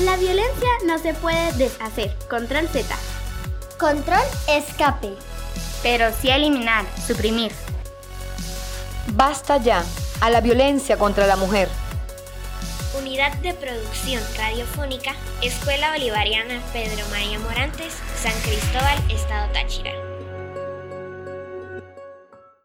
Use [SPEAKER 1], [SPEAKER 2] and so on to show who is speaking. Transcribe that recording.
[SPEAKER 1] La violencia no se puede deshacer. Control Z.
[SPEAKER 2] Control escape.
[SPEAKER 1] Pero sí eliminar, suprimir.
[SPEAKER 3] Basta ya a la violencia contra la mujer.
[SPEAKER 4] Unidad de Producción Radiofónica, Escuela Bolivariana Pedro María Morantes, San Cristóbal, Estado Táchira.